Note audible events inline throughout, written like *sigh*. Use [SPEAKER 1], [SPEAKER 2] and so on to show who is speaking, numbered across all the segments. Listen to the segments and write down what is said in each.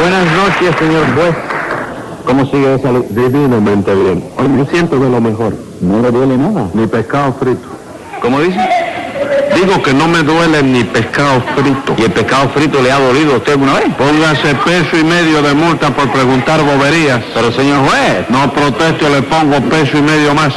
[SPEAKER 1] Buenas noches, señor juez.
[SPEAKER 2] ¿Cómo sigue esa luz?
[SPEAKER 1] Divinamente bien. Hoy me siento de lo mejor.
[SPEAKER 2] No le duele nada.
[SPEAKER 1] Ni pescado frito. ¿Cómo dice? Digo que no me duele ni pescado frito.
[SPEAKER 2] ¿Y el pescado frito le ha dolido a usted alguna vez?
[SPEAKER 1] Póngase peso y medio de multa por preguntar boberías.
[SPEAKER 2] Pero señor juez,
[SPEAKER 1] No protesto, le pongo peso y medio más.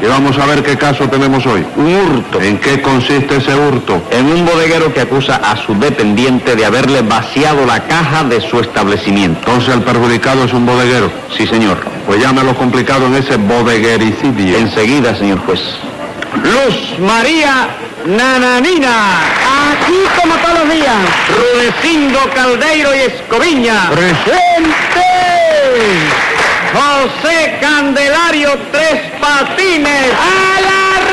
[SPEAKER 1] Y vamos a ver qué caso tenemos hoy.
[SPEAKER 2] un hurto.
[SPEAKER 1] ¿En qué consiste ese hurto?
[SPEAKER 2] En un bodeguero que acusa a su dependiente de haberle vaciado la caja de su establecimiento.
[SPEAKER 1] Entonces el perjudicado es un bodeguero.
[SPEAKER 2] Sí, señor.
[SPEAKER 1] Pues llámelo complicado en ese bodeguericidio.
[SPEAKER 2] Enseguida, señor juez.
[SPEAKER 3] Luz María Nananina. Aquí como todos los días. Rudecindo Caldeiro y Escoviña. ¡Presente! José Candelario Tres Patines. ¡A la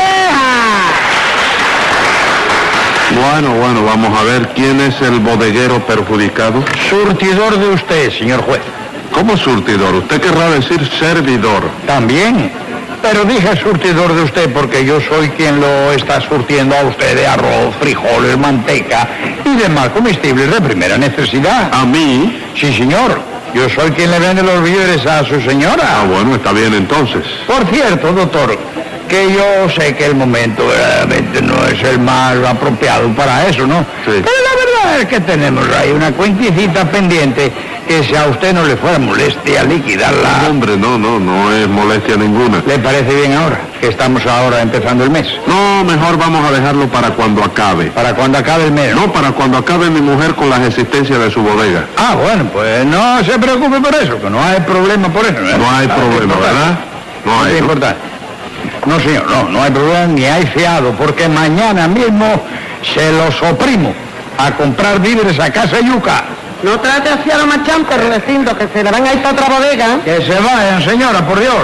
[SPEAKER 3] reja!
[SPEAKER 1] Bueno, bueno, vamos a ver quién es el bodeguero perjudicado.
[SPEAKER 2] Surtidor de usted, señor juez.
[SPEAKER 1] ¿Cómo surtidor? Usted querrá decir servidor.
[SPEAKER 2] También. Pero dije surtidor de usted porque yo soy quien lo está surtiendo a usted de arroz, frijoles, manteca y demás comestibles de primera necesidad.
[SPEAKER 1] ¿A mí?
[SPEAKER 2] Sí, señor. Yo soy quien le vende los víveres a su
[SPEAKER 1] Ah,
[SPEAKER 2] señora.
[SPEAKER 1] bueno, está bien entonces.
[SPEAKER 2] Por cierto, doctor, que yo sé que el momento verdaderamente no es el más apropiado para eso, ¿no?
[SPEAKER 1] Sí.
[SPEAKER 2] Pero la verdad es que tenemos ahí una cuenticita pendiente que si a usted no le fuera molestia
[SPEAKER 1] No,
[SPEAKER 2] liquidarla...
[SPEAKER 1] Hombre, no, no, no es molestia ninguna.
[SPEAKER 2] ¿Le parece bien ahora? Que estamos ahora empezando el mes.
[SPEAKER 1] No, mejor vamos a dejarlo para cuando acabe.
[SPEAKER 2] Para cuando acabe el mes.
[SPEAKER 1] No, para cuando acabe mi mujer con las existencias de su bodega.
[SPEAKER 2] Ah, bueno, pues no se preocupe por eso, que no hay problema por eso.
[SPEAKER 1] No hay
[SPEAKER 2] Ah,
[SPEAKER 1] problema,
[SPEAKER 2] importante.
[SPEAKER 1] ¿verdad? No
[SPEAKER 2] No
[SPEAKER 1] hay.
[SPEAKER 2] es
[SPEAKER 1] ¿no?
[SPEAKER 2] importante. No, señor, no, no hay problema ni hay fiado, porque mañana mismo se los oprimo a comprar víveres a casa yuca.
[SPEAKER 3] No trate así a la machante, Rudecindo, que se le van a ir para otra bodega. ¿eh?
[SPEAKER 2] Que se vayan, señora, por Dios.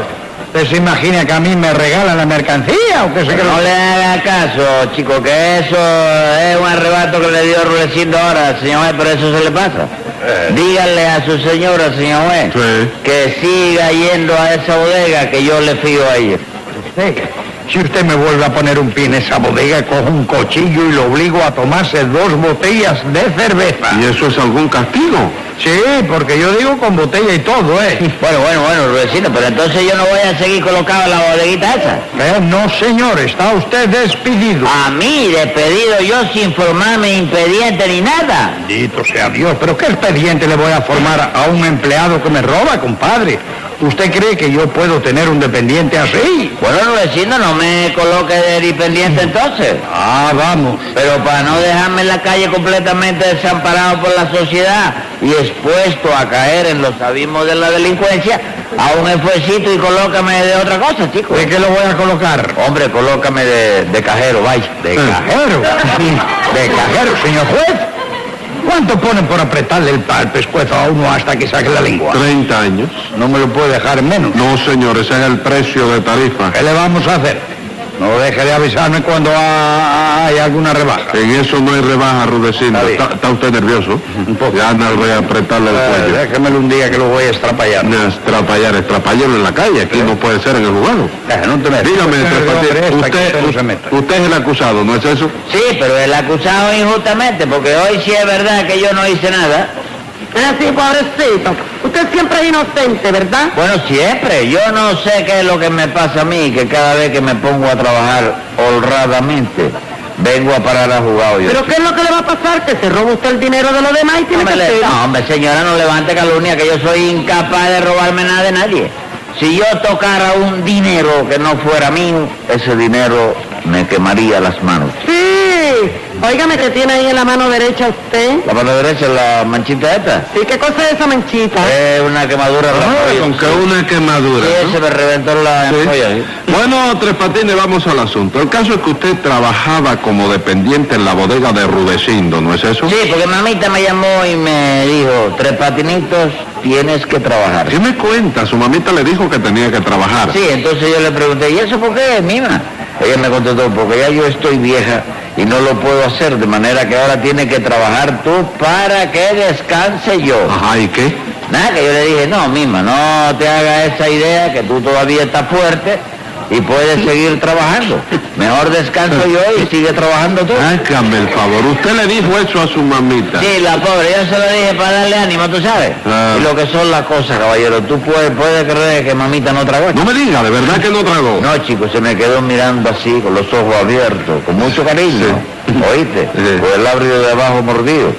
[SPEAKER 2] ¿Usted se imagina que a mí me regalan la mercancía o qué sé qué?
[SPEAKER 4] No le haga caso, chico, que eso es un arrebato que le dio Rulecindo ahora, señor juez, pero eso se le pasa.
[SPEAKER 2] Eh.
[SPEAKER 4] Dígale a su señora, señor juez,
[SPEAKER 1] Sí.
[SPEAKER 4] que siga yendo a esa bodega que yo le fío a ella.
[SPEAKER 2] Sí. Si usted me vuelve a poner un pie en esa bodega, cojo un cochillo y lo obligo a tomarse dos botellas de cerveza.
[SPEAKER 1] ¿Y eso es algún castigo?
[SPEAKER 2] Sí, porque yo digo con botella y todo, ¿eh?
[SPEAKER 4] *laughs* Bueno, bueno, bueno, Rulecindo, pero entonces yo no voy a seguir colocado en la bodeguita esa.
[SPEAKER 2] Eh, No, señor, está usted despedido.
[SPEAKER 4] A mí, despedido yo sin formarme impediente ni nada.
[SPEAKER 2] Bendito sea Dios, pero ¿qué expediente le voy a formar a- a un empleado que me roba, compadre? ¿Usted cree que yo puedo tener un dependiente así?
[SPEAKER 4] Bueno, Rulecindo, no me coloque de dependiente entonces.
[SPEAKER 2] Ah, vamos.
[SPEAKER 4] Pero para no dejarme en la calle completamente desamparado por la sociedad y expuesto a caer en los abismos de la delincuencia, a un esfuercito y colócame de otra cosa, chico.
[SPEAKER 2] ¿De qué lo voy a colocar?
[SPEAKER 4] Hombre, colócame de, de cajero, vaya. De cajero.
[SPEAKER 2] Cajero.
[SPEAKER 4] *laughs*
[SPEAKER 2] De cajero, señor juez. ¿Cuánto ponen por apretarle el, pa- el pescuezo a uno hasta que saque la lengua?
[SPEAKER 1] 30 años.
[SPEAKER 2] No me lo puede dejar menos.
[SPEAKER 1] No, señores, ese es el precio de tarifa.
[SPEAKER 2] ¿Qué le vamos a hacer? No deje de avisarme cuando ha- hay alguna rebaja. Eh,
[SPEAKER 1] En eso no hay rebaja, Rudecindo.
[SPEAKER 2] Está bien.
[SPEAKER 1] ¿Está, está usted nervioso?
[SPEAKER 2] Un poco.
[SPEAKER 1] Ya no voy a apretarle el
[SPEAKER 4] pues
[SPEAKER 2] Eh,
[SPEAKER 1] cuello.
[SPEAKER 2] déjemelo un día que lo voy a estrapallar.
[SPEAKER 1] Ni a Estrapallar, estrapallarlo en la calle. Aquí no puede ser en el jugado.
[SPEAKER 2] Eh, no te metas.
[SPEAKER 1] Dígame,
[SPEAKER 2] Usted
[SPEAKER 1] Tres
[SPEAKER 2] es el hombre
[SPEAKER 1] Patines,
[SPEAKER 2] esta que usted no se
[SPEAKER 1] usted,
[SPEAKER 2] meta.
[SPEAKER 1] usted es el acusado, ¿no es eso?
[SPEAKER 4] Sí, pero el acusado injustamente, porque hoy sí es verdad que yo no hice nada.
[SPEAKER 3] Es así, pobrecito. Usted siempre es inocente, ¿verdad?
[SPEAKER 4] Bueno, siempre. Yo no sé qué es lo que me pasa a mí, que cada vez que me pongo a trabajar honradamente, vengo a parar a jugar yo.
[SPEAKER 3] Pero ¿qué es lo que le va a pasar? Que se roba usted el dinero de los demás y
[SPEAKER 4] No,
[SPEAKER 3] tiene que
[SPEAKER 4] me le-
[SPEAKER 3] hacer.
[SPEAKER 1] *laughs*
[SPEAKER 4] no, hombre, señora, no levante calumnia, que yo soy incapaz de robarme nada de nadie. Si yo tocara un dinero que no fuera mío, ese dinero me quemaría las manos.
[SPEAKER 3] Sí. Óigame que tiene ahí en la mano derecha usted.
[SPEAKER 4] La mano derecha, la manchita esta,
[SPEAKER 3] Sí, ¿qué cosa es esa manchita?
[SPEAKER 4] es una quemadura en la
[SPEAKER 1] Ah,
[SPEAKER 4] polla.
[SPEAKER 1] con que una quemadura.
[SPEAKER 4] Sí,
[SPEAKER 1] ¿no?
[SPEAKER 4] se me reventó la
[SPEAKER 1] Sí.
[SPEAKER 4] polla, ¿sí?
[SPEAKER 1] Bueno, Tres Patines, vamos al asunto. El caso es que usted trabajaba como dependiente en la bodega de Rudecindo, ¿no es eso?
[SPEAKER 4] Sí, porque mamita me llamó y me dijo, tres patinitos, tienes que trabajar.
[SPEAKER 1] ¿Qué me cuenta? Su mamita le dijo que tenía que trabajar.
[SPEAKER 4] Sí, entonces yo le pregunté, ¿y eso por qué, mima? Ella me contestó, porque ya yo estoy vieja y no lo puedo hacer, de manera que ahora tiene que trabajar tú para que descanse yo.
[SPEAKER 1] Ajá, ¿y qué?
[SPEAKER 4] Nada, que yo le dije, no, mima, no te haga esa idea que tú todavía estás fuerte, y puedes seguir trabajando. Mejor descanso yo y sigue trabajando tú.
[SPEAKER 1] Hágame el favor, usted le dijo eso a su mamita.
[SPEAKER 4] Sí, la pobre, yo se lo dije para darle ánimo, tú sabes.
[SPEAKER 1] Ah.
[SPEAKER 4] Y lo que son las cosas, caballero. Tú puedes, puedes creer que mamita no tragó.
[SPEAKER 1] No me diga, de verdad que no tragó.
[SPEAKER 4] No, chico, se me quedó mirando así, con los ojos abiertos, con mucho cariño. ¿Oíste?
[SPEAKER 1] Sí.
[SPEAKER 4] Con el labio de abajo mordido.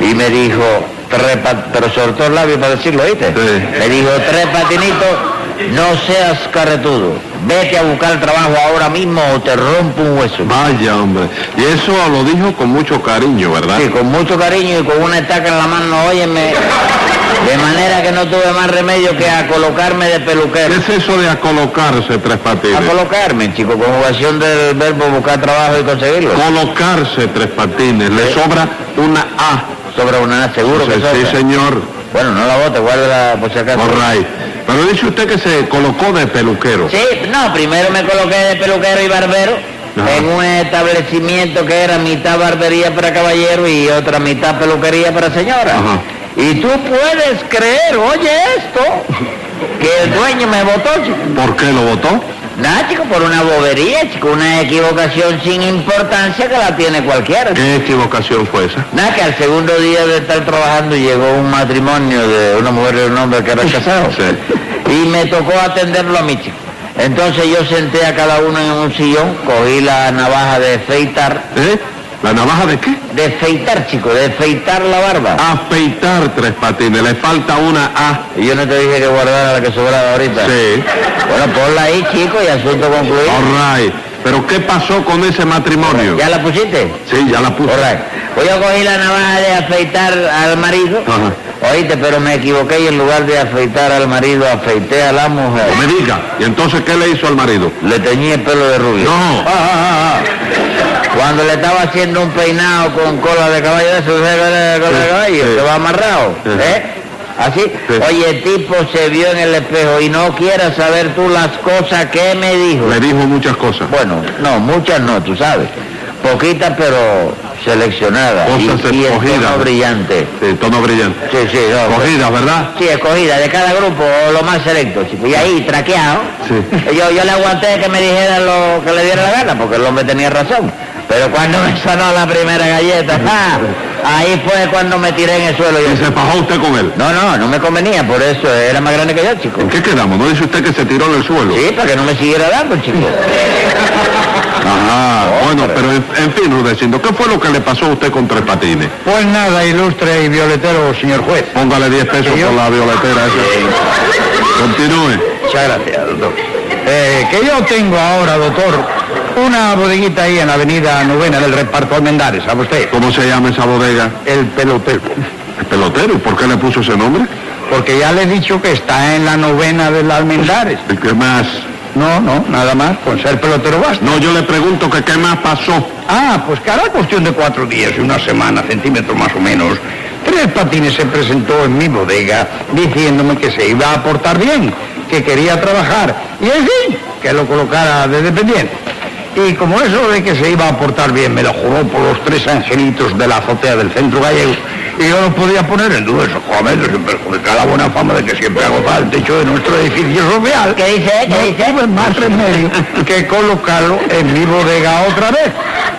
[SPEAKER 4] Y me dijo, tres pa- pero soltó el labio para decirlo, ¿oíste?
[SPEAKER 1] Sí.
[SPEAKER 4] Me dijo, tres patinitos, no seas carretudo. Vete a buscar trabajo ahora mismo o te rompo un hueso.
[SPEAKER 1] Vaya, hombre. Y eso lo dijo con mucho cariño, ¿verdad?
[SPEAKER 4] Sí, con mucho cariño y con una estaca en la mano, óyeme. De manera que no tuve más remedio que a colocarme de
[SPEAKER 1] ¿Qué
[SPEAKER 4] peluquero.
[SPEAKER 1] es eso de acolocarse, Tres
[SPEAKER 4] A
[SPEAKER 1] Patines?
[SPEAKER 4] colocarme, chico, conjugación del verbo buscar trabajo y conseguirlo.
[SPEAKER 1] Colocarse, Tres Patines. Le sobra una A.
[SPEAKER 4] Sobre una nada, seguro que
[SPEAKER 1] Sí,
[SPEAKER 4] sobra.
[SPEAKER 1] sí, señor.
[SPEAKER 4] Bueno, no la bote, guárdala por si acaso.
[SPEAKER 1] All right. Pero dice usted que se colocó de peluquero.
[SPEAKER 4] Sí, no, primero me coloqué de peluquero y barbero
[SPEAKER 1] Ajá.
[SPEAKER 4] en un establecimiento que era mitad barbería para caballero y otra mitad peluquería para señora.
[SPEAKER 1] Ajá.
[SPEAKER 4] Y tú puedes creer, oye esto, que el dueño me votó, chico.
[SPEAKER 1] ¿Por qué lo votó?
[SPEAKER 4] Nada, chico, por una bobería, chico, una equivocación sin importancia que la tiene cualquiera.
[SPEAKER 1] ¿Qué equivocación fue esa?
[SPEAKER 4] Nada, que al segundo día de estar trabajando llegó un matrimonio de una mujer y un hombre
[SPEAKER 1] *laughs*
[SPEAKER 4] que era casado.
[SPEAKER 1] Sí.
[SPEAKER 4] Y me tocó atenderlo a mí, chico. Entonces yo senté a cada uno en un sillón, cogí la navaja de afeitar,
[SPEAKER 1] ¿Eh? ¿La navaja de qué?
[SPEAKER 4] de afeitar, chico, de afeitar la barba.
[SPEAKER 1] Afeitar, Tres Patines. Le falta una A.
[SPEAKER 4] Y yo no te dije que guardara la que sobraba ahorita.
[SPEAKER 1] Sí.
[SPEAKER 4] Bueno, ponla ahí, chico, y asunto concluido.
[SPEAKER 1] All right. ¿Pero qué pasó con ese matrimonio?
[SPEAKER 4] ¿Ya la pusiste?
[SPEAKER 1] Sí, ya la puse.
[SPEAKER 4] Correcto. Pues yo cogí la navaja de afeitar al marido.
[SPEAKER 1] Ajá.
[SPEAKER 4] Oíste, pero me equivoqué y en lugar de afeitar al marido, afeité a la mujer.
[SPEAKER 1] No me diga. ¿Y entonces qué le hizo al marido?
[SPEAKER 4] Le teñí el pelo de rubio.
[SPEAKER 1] No.
[SPEAKER 4] Ah, ah, ah, ah. Cuando le estaba haciendo un peinado con cola de caballo, de eso, de cola de
[SPEAKER 1] Sí,
[SPEAKER 4] caballo,
[SPEAKER 1] sí.
[SPEAKER 4] que va amarrado,
[SPEAKER 1] Sí.
[SPEAKER 4] ¿eh? Así.
[SPEAKER 1] Sí.
[SPEAKER 4] Oye, el tipo se vio en el espejo y no quieras saber tú las cosas que me dijo.
[SPEAKER 1] Le dijo muchas cosas.
[SPEAKER 4] Bueno, no, muchas no, tú sabes. Poquitas, pero seleccionadas.
[SPEAKER 1] Cosas
[SPEAKER 4] y, y en tono
[SPEAKER 1] escogidas.
[SPEAKER 4] brillante.
[SPEAKER 1] Sí, tono brillante.
[SPEAKER 4] Sí, sí, no, pues,
[SPEAKER 1] Cogidas, ¿verdad?
[SPEAKER 4] Sí, escogida, de cada grupo, o lo más selecto, chico. Y ahí, traqueado.
[SPEAKER 1] Sí.
[SPEAKER 4] *laughs* Yo, yo le aguanté que me dijera lo que le diera la gana, porque el hombre tenía razón. Pero cuando me sonó la primera galleta, ¡ah! ahí fue cuando me tiré en el suelo. y
[SPEAKER 1] ¿Y
[SPEAKER 4] yo-
[SPEAKER 1] se fajó usted con él?
[SPEAKER 4] No, no, no me convenía, por eso era más grande que yo, chico.
[SPEAKER 1] ¿En qué quedamos? ¿No dice usted que se tiró en el suelo?
[SPEAKER 4] Sí, para que no me siguiera dando, chico.
[SPEAKER 1] Ajá. Bueno, pero en, en fin, Rudecindo, ¿qué fue lo que le pasó a usted con Tres Patines?
[SPEAKER 2] Pues nada, ilustre y violetero, señor juez.
[SPEAKER 1] Póngale 10 pesos
[SPEAKER 2] ¿Y yo?
[SPEAKER 1] por la violetera esa. Continúe.
[SPEAKER 4] Muchas gracias, doctor.
[SPEAKER 2] Eh, que yo tengo ahora, doctor, una bodeguita ahí en la avenida novena del reparto Almendares, ¿sabe usted?
[SPEAKER 1] ¿Cómo se llama esa bodega?
[SPEAKER 2] El pelotero.
[SPEAKER 1] ¿El pelotero? ¿Y ¿Por qué le puso ese nombre?
[SPEAKER 2] Porque ya le he dicho que está en la novena del Almendares.
[SPEAKER 1] ¿Y qué más?
[SPEAKER 2] No, no, nada más, con ser pelotero basta.
[SPEAKER 1] No, yo le pregunto que qué más pasó.
[SPEAKER 2] Ah, pues cada cuestión de cuatro días y una semana, centímetros más o menos, Tres Patines se presentó en mi bodega diciéndome que se iba a portar bien, que quería trabajar y, en fin, que lo colocara de dependiente. Y como eso de que se iba a portar bien me lo juró por los tres angelitos de la azotea del centro gallego, y yo no podía poner en duda esos juramentos sin perjudicar la buena fama de que siempre agotaba el techo de nuestro edificio social.
[SPEAKER 4] ¿Qué dice?
[SPEAKER 2] No
[SPEAKER 4] ¿Qué dice?
[SPEAKER 2] tuve más remedio que colocarlo en mi bodega otra vez.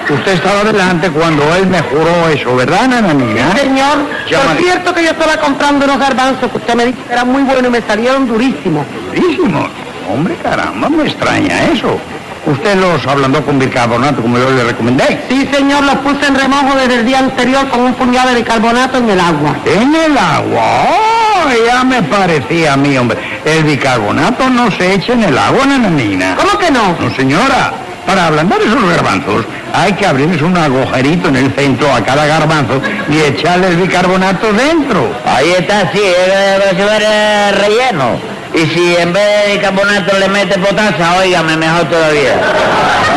[SPEAKER 2] Usted estaba delante cuando él me juró eso, ¿verdad, Nananina?
[SPEAKER 3] Señor,
[SPEAKER 2] Llama-
[SPEAKER 3] por cierto que yo estaba comprando unos garbanzos que usted me dijo que eran muy buenos y me salieron durísimos.
[SPEAKER 2] Buenísimo. Hombre, caramba, me extraña eso. Usted los ablandó con bicarbonato como yo le recomendé.
[SPEAKER 3] Sí, señor, los puse en remojo desde el día anterior con un puñado de bicarbonato en el agua.
[SPEAKER 2] En el agua. ¡Oh! ya me parecía a mí, hombre. El bicarbonato no se echa en el agua, Nananina.
[SPEAKER 3] ¿Cómo que no?
[SPEAKER 2] No, señora. Para ablandar esos garbanzos hay que abrirles un agujerito en el centro a cada garbanzo y echarle el bicarbonato dentro.
[SPEAKER 4] Ahí está, sí, es eh, relleno. Y si en vez de bicarbonato le mete potasa, óigame, mejor todavía.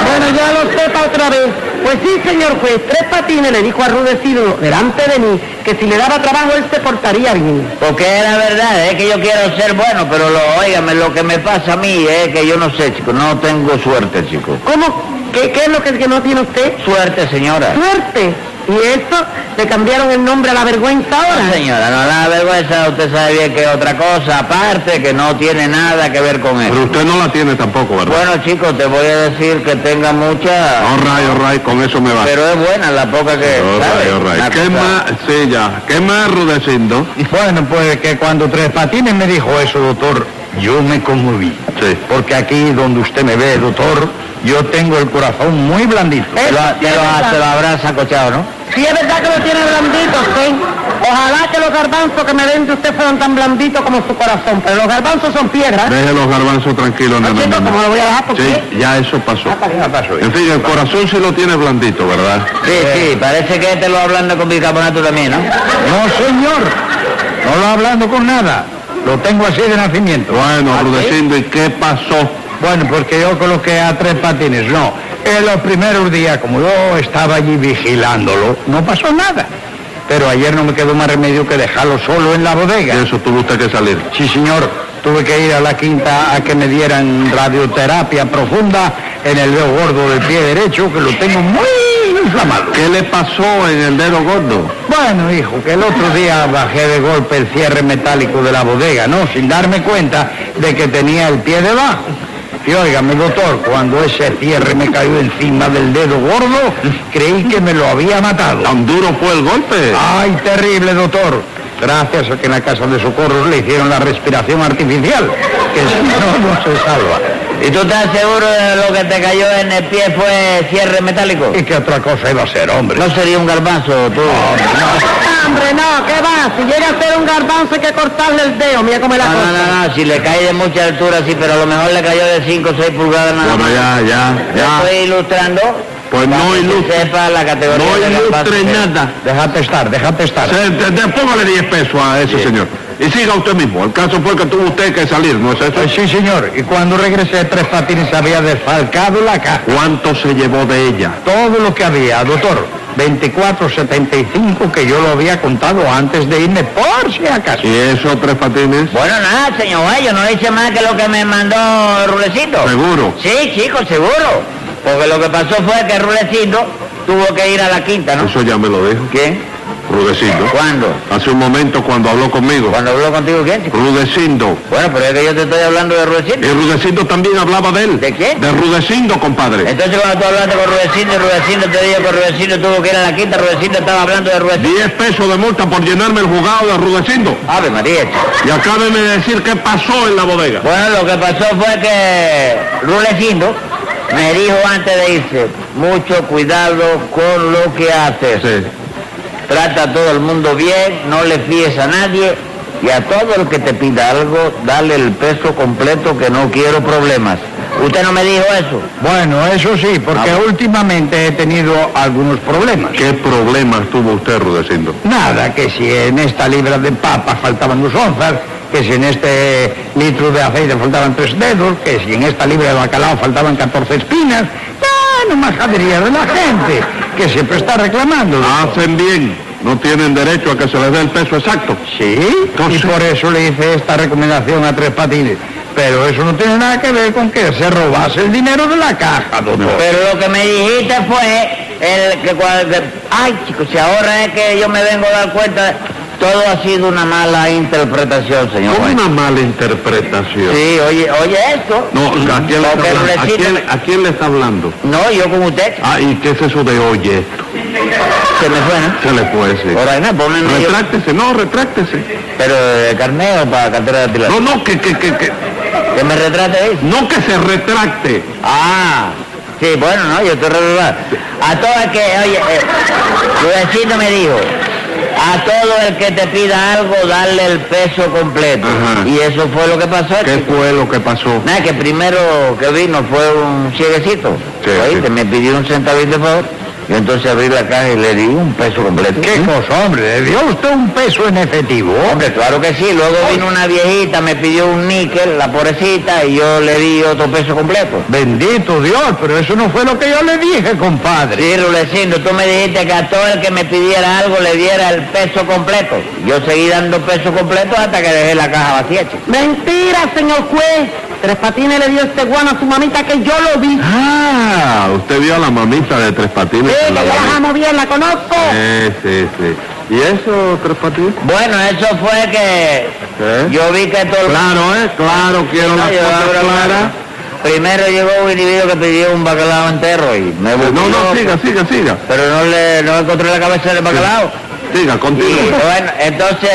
[SPEAKER 3] Bueno, ya lo sepa otra vez. Pues sí, señor juez, Tres Patines le dijo a Rudecido delante de mí que si le daba trabajo él se portaría bien.
[SPEAKER 4] Porque era verdad, es que yo quiero ser bueno, pero lo, óigame, lo que me pasa a mí es que yo no sé, chico, no tengo suerte, chico.
[SPEAKER 3] ¿Cómo? ¿Qué, qué es lo que, que no tiene usted?
[SPEAKER 4] Suerte, señora.
[SPEAKER 3] Suerte. ¿Y eso? ¿Le cambiaron el nombre a la vergüenza ahora?
[SPEAKER 4] No, señora, no la vergüenza, usted sabe bien que es otra cosa, aparte que no tiene nada que ver con
[SPEAKER 1] Pero
[SPEAKER 4] eso.
[SPEAKER 1] usted no la tiene tampoco, ¿verdad? Oh,
[SPEAKER 4] Bueno, chicos, te voy a decir que tenga mucha,
[SPEAKER 1] All right, all right, con eso me va. Oh,
[SPEAKER 4] pero es buena la poca que...
[SPEAKER 1] All
[SPEAKER 4] ¿sabe?
[SPEAKER 1] right, all right.
[SPEAKER 4] La
[SPEAKER 1] ¿Qué
[SPEAKER 4] cosa-
[SPEAKER 1] más? Sí, ya. ¿Qué más, Rudecindo?
[SPEAKER 2] Bueno, pues que cuando Tres Patines me dijo eso, doctor, yo me conmoví.
[SPEAKER 1] Sí.
[SPEAKER 2] Porque aquí donde usted me ve, doctor, yo tengo el corazón muy blandito.
[SPEAKER 4] Te lo, te lo- te lo habrá sacochado, ¿no?
[SPEAKER 3] Sí, es verdad que lo tiene blandito, sí. Ojalá que los garbanzos que me vende usted fueran tan blanditos como su corazón, pero los garbanzos son piedras.
[SPEAKER 1] Deje los garbanzos tranquilos, nena.
[SPEAKER 3] Chico,
[SPEAKER 1] nena.
[SPEAKER 3] ¿cómo lo voy a dejar? ¿Por qué? Ah,
[SPEAKER 1] Sí, ya eso pasó.
[SPEAKER 2] Ya pasó. Eh.
[SPEAKER 1] En fin, el corazón sí lo tiene blandito, ¿verdad?
[SPEAKER 4] Sí, sí, parece que te lo hablando con bicarbonato también, ¿no?
[SPEAKER 2] No, señor. No lo hablando con nada. Lo tengo así de nacimiento.
[SPEAKER 1] Bueno, Rudecindo, ¿y qué pasó?
[SPEAKER 2] Bueno, porque yo coloqué a tres patines, no. En los primeros días, como yo estaba allí vigilándolo, no pasó nada. Pero ayer no me quedó más remedio que dejarlo solo en la bodega.
[SPEAKER 1] De eso tuvo usted que salir.
[SPEAKER 2] Sí, señor. Tuve que ir a la quinta a que me dieran radioterapia profunda en el dedo gordo del pie derecho, que lo tengo muy inflamado.
[SPEAKER 1] ¿Qué le pasó en el dedo gordo?
[SPEAKER 2] Bueno, hijo, que el otro día bajé de golpe el cierre metálico de la bodega, ¿no? Sin darme cuenta de que tenía el pie debajo. Y óigame, doctor, cuando ese cierre me cayó encima del dedo gordo, creí que me lo había matado.
[SPEAKER 1] ¿Tan duro fue el golpe?
[SPEAKER 4] Ah,
[SPEAKER 2] ¡Ay, terrible, doctor! Gracias a que en la casa de socorros le hicieron la respiración artificial, que si no, no se salva.
[SPEAKER 4] ¿Y tú estás seguro de lo que te cayó en el pie fue cierre metálico?
[SPEAKER 2] ¿Y qué otra cosa iba a ser, hombre?
[SPEAKER 4] No sería un garbanzo, tú.
[SPEAKER 3] No, Ah, hombre, no, ¿qué va? Si llega a ser un garbanzo hay que cortarle el dedo, mira cómo es la
[SPEAKER 4] No,
[SPEAKER 3] cosa.
[SPEAKER 4] no, no, no, si le cae de mucha altura, sí, pero a lo mejor le cayó de 5 o 6 pulgadas nada
[SPEAKER 1] Bueno,
[SPEAKER 4] más.
[SPEAKER 1] ya, ya,
[SPEAKER 4] Yo
[SPEAKER 1] ya.
[SPEAKER 4] estoy ilustrando.
[SPEAKER 1] Pues no
[SPEAKER 4] para que
[SPEAKER 1] ilustre.
[SPEAKER 4] sepa la categoría
[SPEAKER 1] No
[SPEAKER 4] de garbanzo
[SPEAKER 1] ilustre
[SPEAKER 4] que-
[SPEAKER 1] nada.
[SPEAKER 2] Déjate estar, déjate estar.
[SPEAKER 1] Se- de- de- póngale 10 pesos a ese señor. Y siga usted mismo. El caso fue que tuvo usted que salir, ¿no es
[SPEAKER 2] Pues
[SPEAKER 1] eso?
[SPEAKER 2] sí, señor. Y cuando regresé, Tres Patines había desfalcado la caja.
[SPEAKER 1] ¿Cuánto se llevó de ella?
[SPEAKER 2] Todo lo que había, doctor. 24.75 que yo lo había contado antes de irme, por si acaso.
[SPEAKER 1] ¿Y eso, Tres Patines?
[SPEAKER 4] Bueno, nada, señor Guay, yo no hice más que lo que me mandó Rulecito.
[SPEAKER 1] ¿Seguro?
[SPEAKER 4] Sí, chicos, seguro. Porque lo que pasó fue que Rulecito tuvo que ir a la quinta, ¿no?
[SPEAKER 1] Eso ya me lo dijo.
[SPEAKER 4] ¿Quién?
[SPEAKER 1] Rudecindo.
[SPEAKER 4] ¿Cuándo?
[SPEAKER 1] Hace un momento cuando habló conmigo.
[SPEAKER 4] ¿Cuando habló contigo quién? chico?
[SPEAKER 1] Rudecindo.
[SPEAKER 4] Bueno, pero es que yo te estoy hablando de
[SPEAKER 1] Y
[SPEAKER 4] Rulecito.
[SPEAKER 1] Rudecindo también hablaba de él.
[SPEAKER 4] ¿De qué? ¿Eh?
[SPEAKER 1] De Rudecindo, compadre.
[SPEAKER 4] Entonces cuando tú hablaste con Rulecito, Rulecito te dijo que Rulecito tuvo que ir a la quinta, Rulecito estaba hablando de Rulecito.
[SPEAKER 1] 10 pesos de multa por llenarme el jugado de Rudecindo.
[SPEAKER 4] Ave María, chico.
[SPEAKER 1] Y acábeme de decir qué pasó en la bodega.
[SPEAKER 4] Bueno, lo que pasó fue que Rulecindo me dijo antes de irse, mucho cuidado con lo que haces.
[SPEAKER 1] Sí.
[SPEAKER 4] Trata a todo el mundo bien, no le fíes a nadie y a todo el que te pida algo, dale el peso completo que no quiero problemas. ¿Usted no me dijo eso?
[SPEAKER 2] Bueno, eso sí, porque últimamente he tenido algunos problemas.
[SPEAKER 1] ¿Qué problemas tuvo usted, Rudecindo?
[SPEAKER 2] Nada, que si en esta libra de papa faltaban dos onzas, que si en este litro de aceite faltaban tres dedos, que si en esta libra de bacalao faltaban 14 espinas. ¡Ah, no majadería de la gente! Que siempre está reclamando.
[SPEAKER 1] Hacen bien. No tienen derecho a que se les dé el peso exacto.
[SPEAKER 2] Sí, y
[SPEAKER 1] Entonces-
[SPEAKER 2] por eso le hice esta recomendación a Tres Patines. Pero eso no tiene nada que ver con que se robase el dinero de la caja, doctor.
[SPEAKER 4] Pero lo que me dijiste fue el que, cua- que- ay chicos, si ahora es que yo me vengo a dar cuenta, todo ha sido una mala interpretación, señor.
[SPEAKER 1] Fue
[SPEAKER 4] juez.
[SPEAKER 1] una mala interpretación.
[SPEAKER 4] Sí, oye, oye esto.
[SPEAKER 1] No, o sea, ¿a quién, le está
[SPEAKER 4] Porque
[SPEAKER 1] hablando? ¿A
[SPEAKER 4] Rudecindo
[SPEAKER 1] quién-
[SPEAKER 4] me-
[SPEAKER 1] a quién le está hablando?
[SPEAKER 4] No, yo con usted.
[SPEAKER 1] Ah, ¿y qué es eso de oye? esto?
[SPEAKER 4] Se me fue, ¿no?
[SPEAKER 1] Se le puede decir.
[SPEAKER 4] Ahora, no, ponme en medio.
[SPEAKER 1] Retráctese, no, retráctese.
[SPEAKER 4] Pero de carneo para cartera de titular.
[SPEAKER 1] No, no, que, que, que, que-
[SPEAKER 4] Que me retrate ahí.
[SPEAKER 1] no que se retracte.
[SPEAKER 4] Ah, sí, bueno, no, yo estoy regular. A todo el que, oye, eh, Rudecindo me dijo, a todo el que te pida algo, darle el peso completo.
[SPEAKER 1] Ajá.
[SPEAKER 4] Y eso fue lo que pasó.
[SPEAKER 1] ¿Qué
[SPEAKER 4] chico.
[SPEAKER 1] fue lo que pasó?
[SPEAKER 4] Nada, que primero que vino fue un cieguecito.
[SPEAKER 1] Sí,
[SPEAKER 4] Oíste,
[SPEAKER 1] sí.
[SPEAKER 4] me pidió un centavito de favor. Yo entonces abrí la caja y le di un peso completo.
[SPEAKER 2] ¿Qué cosa, hombre? ¿Le dio usted un peso en efectivo?
[SPEAKER 4] Hombre, claro que sí. Luego vino una viejita, me pidió un níquel, la pobrecita, y yo le di otro peso completo.
[SPEAKER 2] Bendito Dios, pero eso no fue lo que yo le dije, compadre.
[SPEAKER 4] Sí, Rulecindo, tú me dijiste que a todo el que me pidiera algo le diera el peso completo. Yo seguí dando peso completo hasta que dejé la caja vacía, chico.
[SPEAKER 3] Mentira, señor juez. Tres Patines le dio este guano a su mamita que yo lo vi.
[SPEAKER 1] Ah, usted vio a la mamita de Tres Patines.
[SPEAKER 3] Sí, que
[SPEAKER 1] en la
[SPEAKER 3] yo la
[SPEAKER 1] bodega.
[SPEAKER 3] amo bien, la conozco.
[SPEAKER 1] Eh, sí, sí. ¿Y eso, Tres Patines?
[SPEAKER 4] Bueno, eso fue que
[SPEAKER 1] ¿Eh?
[SPEAKER 4] yo vi que todo el
[SPEAKER 1] Claro, eh, claro, quiero la
[SPEAKER 4] Yo
[SPEAKER 1] foto
[SPEAKER 4] abro la-
[SPEAKER 1] clara.
[SPEAKER 4] Primero llegó un individuo que pidió un bacalao entero y me buscó.
[SPEAKER 1] No, no, siga, siga, siga.
[SPEAKER 4] Pero no le no encontré la cabeza del bacalao.
[SPEAKER 1] Siga,
[SPEAKER 4] Y
[SPEAKER 1] continúe.
[SPEAKER 4] bueno, entonces,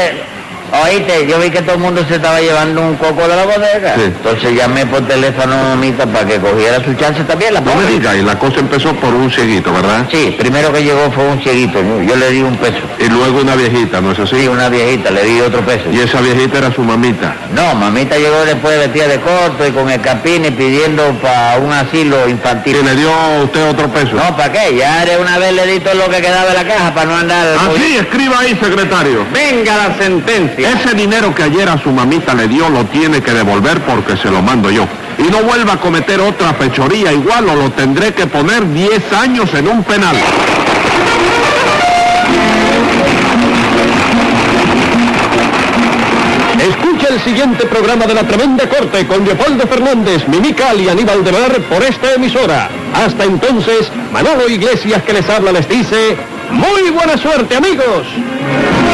[SPEAKER 4] oíste, yo vi que todo el mundo se estaba llevando un coco de la bodega.
[SPEAKER 1] Sí.
[SPEAKER 4] Entonces llamé por teléfono a mamita para que cogiera su chance también, la
[SPEAKER 1] No me
[SPEAKER 4] pobre.
[SPEAKER 1] diga, y la cosa empezó por un cieguito, ¿verdad?
[SPEAKER 4] Sí, primero que llegó fue un cieguito, yo, yo le di un peso.
[SPEAKER 1] Y luego una viejita, ¿no es
[SPEAKER 4] Sí,
[SPEAKER 1] así?
[SPEAKER 4] una viejita, le di otro peso.
[SPEAKER 1] Y esa viejita era su mamita.
[SPEAKER 4] No, mamita llegó después vestida de corto y con el capín y pidiendo para un asilo
[SPEAKER 1] Y
[SPEAKER 4] infantil.
[SPEAKER 1] le dio a usted otro peso.
[SPEAKER 4] No, ¿para qué? Ya de una vez le di todo lo que quedaba en la caja para no andar...
[SPEAKER 1] Ah, sí, escriba ahí, secretario.
[SPEAKER 2] Venga la sentencia.
[SPEAKER 1] Ese dinero que ayer a su mamita le dio lo tiene que devolver porque se lo mando yo. Y no vuelva a cometer otra fechoría igual o lo tendré que poner 10 años en un penal.
[SPEAKER 5] Escucha el siguiente programa de La Tremenda Corte con Leopoldo Fernández, Mimical y Aníbal de Mar por esta emisora. Hasta entonces, Manolo Iglesias que les habla les dice, ¡Muy buena suerte amigos!